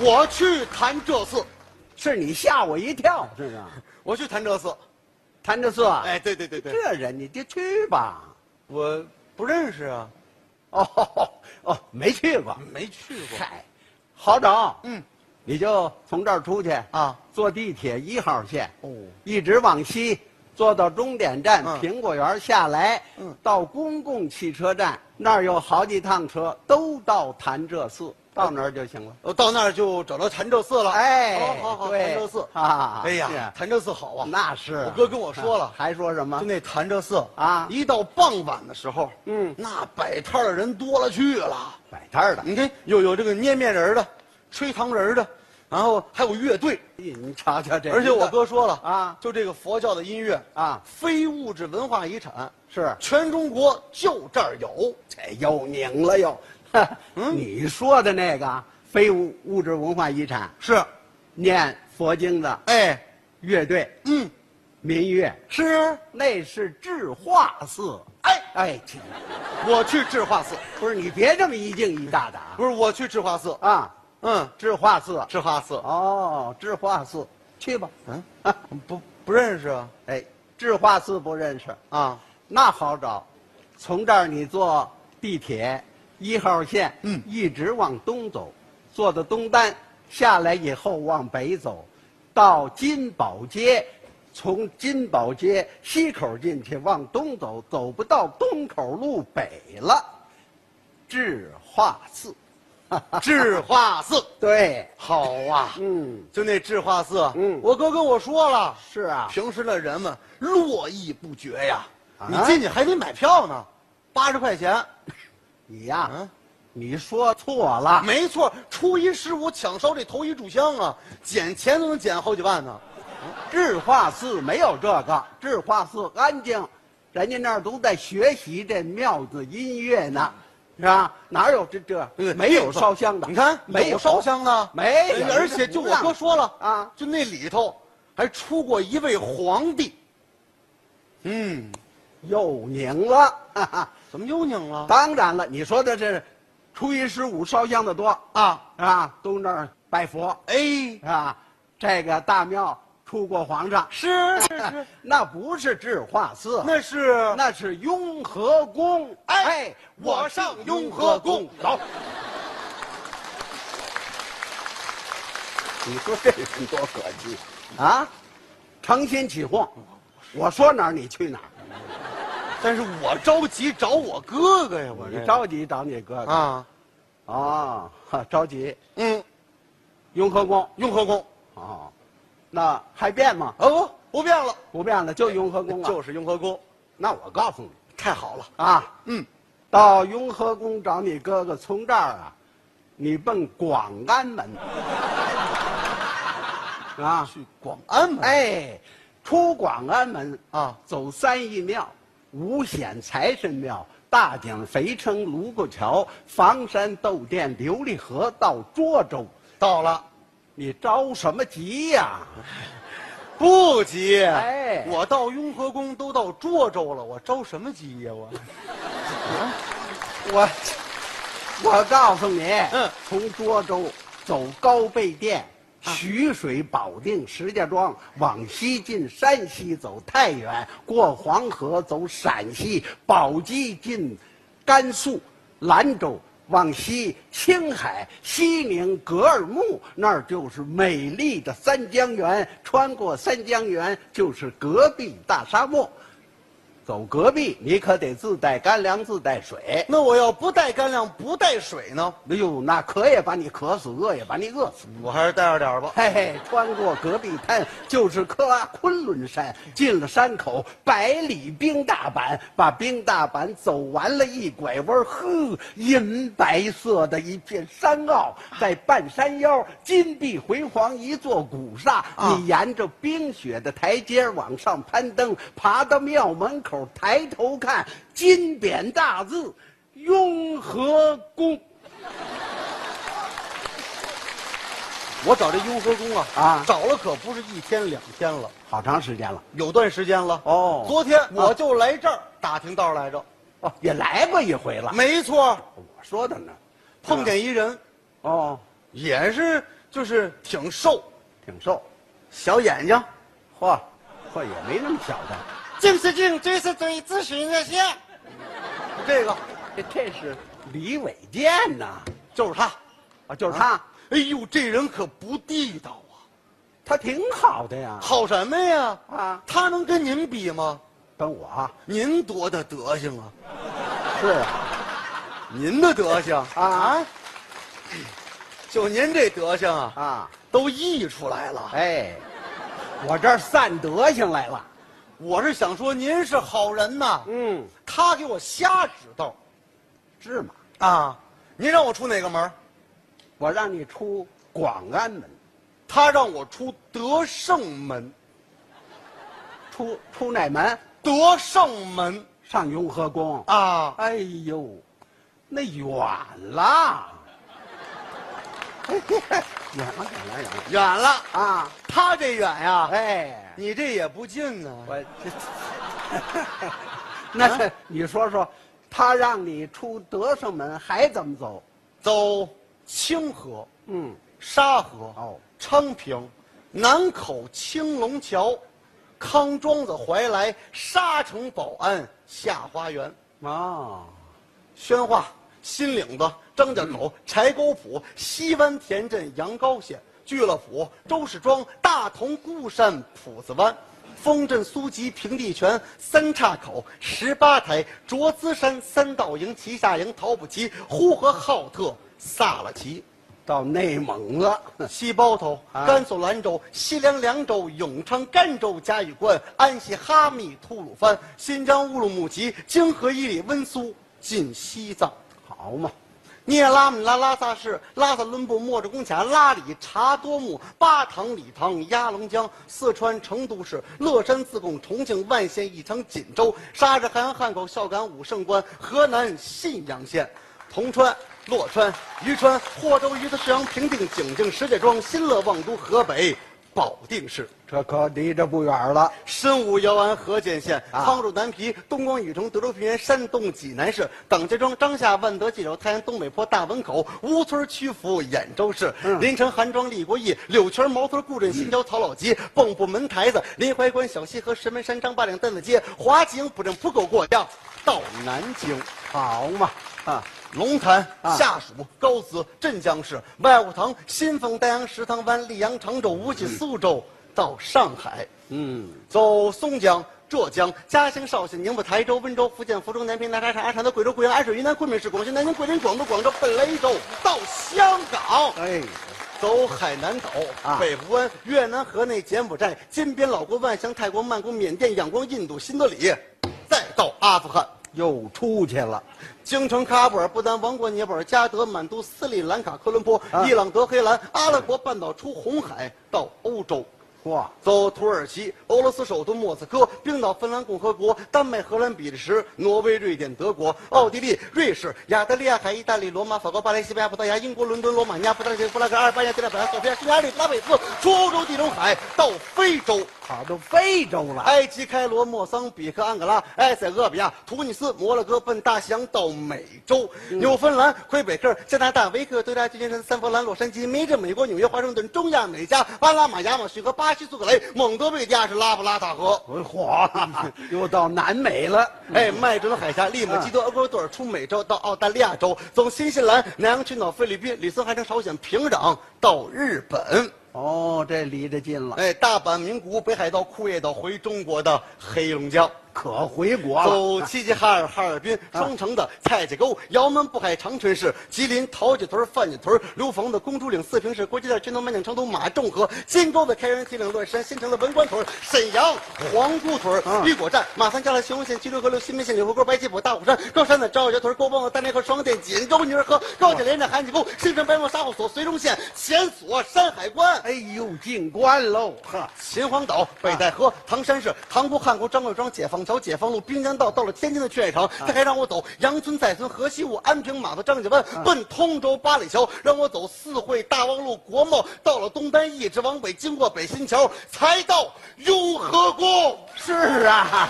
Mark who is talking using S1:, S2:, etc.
S1: 我去谈这事，
S2: 是你吓我一跳，这是。
S1: 我去谈这事。
S2: 谭德色，
S1: 哎，对对对对，
S2: 啊这人你就去吧。
S1: 我不认识啊，
S2: 哦哦，没去过。
S1: 没去过。
S2: 嗨，好找，
S1: 嗯
S2: 你就从这儿出去啊，
S1: 啊，
S2: 坐地铁一号线，
S1: 哦
S2: 一直往西，坐到终点站
S1: 嗯
S2: 苹果园下来，
S1: 嗯
S2: 到公共汽车站那儿有好几趟车，都到潭柘寺，
S1: 哎
S2: 到那儿就行了。
S1: 我到那儿就找到潭柘寺了。哦
S2: 哎，
S1: 好好好，
S2: 对
S1: 潭柘寺。
S2: 啊，
S1: 哎
S2: 是
S1: 呀
S2: 啊，
S1: 潭柘寺好啊。
S2: 那是
S1: 我哥跟我说了
S2: 还说什么
S1: 就？那潭柘寺
S2: 啊
S1: 一到傍晚的时候，
S2: 嗯
S1: 那摆摊儿的人多了去了。
S2: 摆摊儿的，
S1: 你看，有有这个捏面人儿的，吹糖人儿的，然后还有乐队。
S2: 你瞧瞧这，
S1: 而且我哥说了
S2: 啊
S1: 就这个佛教的音乐
S2: 啊
S1: 非物质文化遗产，
S2: 是
S1: 全中国就这儿有。
S2: 这又拧了又。
S1: 嗯
S2: 你说的那个非物物质文化遗产，
S1: 是，
S2: 念佛经的
S1: 哎，
S2: 乐队
S1: 嗯，
S2: 民乐，
S1: 是，
S2: 那是智化寺。
S1: 哎，
S2: 哎，这
S1: 我去智化寺，
S2: 不是你别这么一惊一大的啊
S1: 不是我去智化寺，
S2: 啊！
S1: 嗯，
S2: 智化寺
S1: 智化寺，
S2: 哦，智化寺，去吧。
S1: 嗯，
S2: 啊
S1: 不不认识啊，
S2: 哎，智化寺不认识，
S1: 啊，
S2: 那好找，从这儿你坐地铁一号线，
S1: 嗯
S2: 一直往东走，坐到东单下来以后往北走，到金宝街，从金宝街西口进去往东走，走不到东口路北了，智化寺，
S1: 智化寺
S2: 对，
S1: 好啊，
S2: 嗯，
S1: 就那智化寺，
S2: 嗯
S1: 我哥跟我说了，
S2: 是啊，
S1: 平时的人们络绎不绝呀，
S2: 啊
S1: 你进去还得买票呢，八十块钱，
S2: 你呀、
S1: 嗯。
S2: 你说错了，
S1: 没错，初一十五抢烧这头一炷香啊，捡钱都能捡好几万呢。
S2: 智化寺没有这个，智化寺安静，人家那儿都在学习这庙子音乐呢，是吧？哪有这这没有烧香的？
S1: 哎你看
S2: 没
S1: 有
S2: 有
S1: 烧，香的，
S2: 没有
S1: 呃而且就我哥说了
S2: 啊，
S1: 就那里头还出过一位皇帝。嗯，
S2: 又拧了。哈哈。
S1: 怎么又拧了？
S2: 当然了，你说的这是初一十五烧香的多
S1: 啊，
S2: 啊，都那儿拜佛
S1: 哎，
S2: 啊，这个大庙出过皇上，
S1: 是是 是，
S2: 那不是智化寺，
S1: 那是
S2: 那是雍和宫。
S1: 哎我上雍和宫
S2: 走。你说这人多可惜啊！诚心起哄，我说哪儿你去哪儿。
S1: 但是我着急找我哥哥呀，我这
S2: 你着急找你哥哥啊
S1: 啊，？
S2: 哦哈着急，
S1: 嗯，
S2: 雍和宫
S1: 雍和宫
S2: 哦，那还变吗？
S1: 啊不不变了，
S2: 不变了，就雍和宫了。
S1: 就是雍和宫，
S2: 那我告诉你
S1: 太好了，
S2: 啊，
S1: 嗯。
S2: 到雍和宫找你哥哥，从这儿啊，你奔广 安门，啊，
S1: 去广安门。
S2: 哎，出广安门
S1: 啊，
S2: 走三义庙、五显财神庙、大井肥城、卢沟桥、房山窦店、琉璃河到涿州，
S1: 到了，
S2: 你着什么急呀、
S1: 不急。
S2: 哎
S1: 我到雍和宫都到涿州了，我着什么急呀、我？
S2: 我，我告诉你，
S1: 嗯
S2: 从涿州走高碑店、徐水、保定、石家庄，往西进山西走太原，过黄河走陕西，宝鸡进甘肃兰州。往西，青海、西宁、格尔木那儿就是美丽的三江源，穿过三江源就是戈壁大沙漠。走戈壁，你可得自带干粮，自带水。
S1: 那我要不带干粮，不带水呢？
S2: 哎呦，那渴也把你渴死，饿也把你饿死。
S1: 我还是带着点儿 吧。
S2: 嘿嘿，穿过戈壁滩就是克拉昆仑山，进了山口，百里冰大板，把冰大板走完了一拐弯，呵，银白色的一片山坳，在半山腰，金碧辉煌一座古刹，
S1: 啊
S2: 你沿着冰雪的台阶往上攀登，爬到庙门口，抬头看，金匾大字“雍和宫
S1: 我找这雍和宫啊
S2: 啊
S1: 找了可不是一天两天了，”，
S2: 好长时间了。
S1: 有段时间了。
S2: 哦
S1: 昨天我
S2: 啊
S1: 就来这儿打听道儿来着。
S2: 哦，也来过一回了。
S1: 没错，
S2: 我说的呢，
S1: 碰见一人，
S2: 哦，
S1: 也是就是挺瘦，
S2: 挺瘦，
S1: 小眼睛。
S2: 嚯，嚯也没那么小的，
S3: 近是近，追是追，咨询热线。
S1: 这个，这这是
S2: 李伟健呐，
S1: 就是他，
S2: 啊，就是他，
S1: 哎呦，这人可不地道啊！
S2: 他挺好的呀，
S1: 好什么呀？
S2: 啊
S1: 他能跟您比吗？
S2: 跟我啊
S1: 您多大德行啊？
S2: 是啊
S1: 您的德行
S2: 啊
S1: 就您这德行啊，
S2: 啊，
S1: 都溢出来了。
S2: 哎，我这儿散德行来了，
S1: 我是想说，您是好人呐。
S2: 嗯，
S1: 他给我瞎指道
S2: 芝麻，
S1: 啊！您让我出哪个门儿？
S2: 我让你出广安门，
S1: 他让我出德胜门，
S2: 出出哪门？
S1: 德胜门
S2: 上雍和宫。
S1: 啊！
S2: 哎呦，那远了，远了，远了，远了
S1: 远了，
S2: 啊！
S1: 他这远呀，
S2: 哎，
S1: 你这也不近啊呢、
S2: 我这， 那是你说说，他让你出德胜门还怎么走？
S1: 走清河、
S2: 嗯，
S1: 沙河、
S2: 哦
S1: 昌平、南口青龙桥、康庄子怀来、沙城保安、下花园、
S2: 哦，
S1: 宣化、新岭子、张家口、柴沟浦、西湾田镇杨高县、聚乐府、周市庄、大同、固山、浦子湾。丰镇、苏集、平地泉、三岔口、十八台、卓资山、三道营、旗下营、陶普旗、呼和浩特、萨拉齐。
S2: 到内蒙了，
S1: 西包头、
S2: 啊
S1: 甘肃兰州、西凉凉州、永昌甘州、嘉峪关、安西哈密、吐鲁番、新疆乌鲁木齐、京河伊犁、温苏，进西藏。
S2: 好嘛，
S1: 聂拉姆拉拉萨市、拉萨伦布、莫志工卡、拉里、查多木、巴塘、理塘、鸭龙江、四川成都市、乐山、自贡、重庆、万县、宜昌、锦州、沙市、汉阳、汉口、孝感、武胜关、河南信阳县、铜川。洛川、榆川、霍州、榆次、石阳、平定、景靖、石家庄、新乐、望都、河北保定市。
S2: 这可离这不远了。
S1: 深武、姚安、河间县、
S2: 啊
S1: 沧州南皮、东光、禹城、德州平原、山东济南市、党家庄、张夏、万德、济州、太原、东北坡、大汶口、吴村、曲阜、兖州市、
S2: 嗯
S1: 临城、韩庄、利国义、柳泉、毛村、固镇、新郊、陶老集、蚌埠、门台子、临淮关、小西河、石门山、张八岭、担子街、华景、布镇、浦口、过江到南京。
S2: 好嘛，啊，
S1: 龙潭、
S2: 啊
S1: 下属、高淄、镇江市、外务塘、新丰、丹阳、石塘湾、溧阳、常州、无锡、苏州到上海。
S2: 嗯，
S1: 走松江、浙江、嘉兴、绍兴、宁波、台州、温州、福建福州、南平、南沙、长沙、常德、贵州、贵阳、安顺、云南、昆明市、广西、南京、桂林、广东、广州、本雷州到香港，
S2: 哎，
S1: 走海南岛、
S2: 啊
S1: 北湖湾、越南、河内、柬埔寨、金边、老挝、万象、泰国、曼谷、缅甸、仰光、印度、新德里，再到阿富汗。
S2: 又出去了。
S1: 京城、喀布尔、不丹王国、尼泊尔、加德满都、斯里兰卡、科伦坡、
S2: 啊
S1: 伊朗、德黑兰、阿拉伯半岛出红海到欧洲。
S2: 哇，
S1: 走土耳其、俄罗斯首都莫斯科、冰岛、芬兰共和国、丹麦、荷兰、比利时、挪威、瑞典、德国、奥地利、瑞士、亚得利亚海、意大利、罗马、法国、巴黎、西班牙、葡萄牙、英国、伦敦、罗马尼亚、葡萄牙、布拉格、阿尔巴尼亚、迪拜、索菲亚、匈牙利、拉美斯，出欧洲地中海到非洲。
S2: 跑到非洲了。
S1: 埃及、开罗、莫桑比克、安哥拉、埃塞俄比亚、突尼斯、摩洛哥奔大西洋到美洲，纽芬兰、魁北克、加拿大、维克多拉、旧金山、三佛兰、洛杉矶、梅镇、美国纽约、华盛顿、中亚、美加、巴拿马、亚马逊和巴西、苏格雷、蒙哥贝利亚是拉布拉大河。
S2: 哎嚯， 又到南美了。
S1: 哎，麦哲伦海峡、利姆、基多、厄瓜多尔出美洲到澳大利亚州，从新西兰、南洋群岛、菲律宾、吕宋海城、朝鲜、平壤到日本。
S2: 哦，这离着近了，
S1: 哎，大阪、名古屋、北海道、库页岛回中国的黑龙江。
S2: 可回国了。啊
S1: 走齐齐哈尔、哈尔滨、双城的蔡家沟、姚门、布海、长春市、吉林陶家屯、范家屯、刘房的公主岭、四平市、国际店、军东、满江、成都、马仲河、金沟的开原、西岭、乱山、新城的文官屯、沈阳皇姑屯、
S2: 嗯
S1: 雨果站、马三家的雄武县、吉林河流、新民县、柳河沟、白吉堡、大虎山、高山的赵家屯、沟帮子、丹家河、双店、锦州、女儿河、高家连着韩家沟、新城白木沙户所、绥中县、前所、山海关。
S2: 哎呦，进关喽！呵，
S1: 秦皇岛、北戴河、唐山市、塘沽、汉沽、张各庄、解放桥、解放路、滨江道，到了天津的劝业场，他还让我走杨村、蔡村、河西务、安平、码头、张家湾，奔通州八里桥，让我走四惠、大望路、国贸，到了东单，一直往北，经过北新桥，才到雍和宫。
S2: 是啊，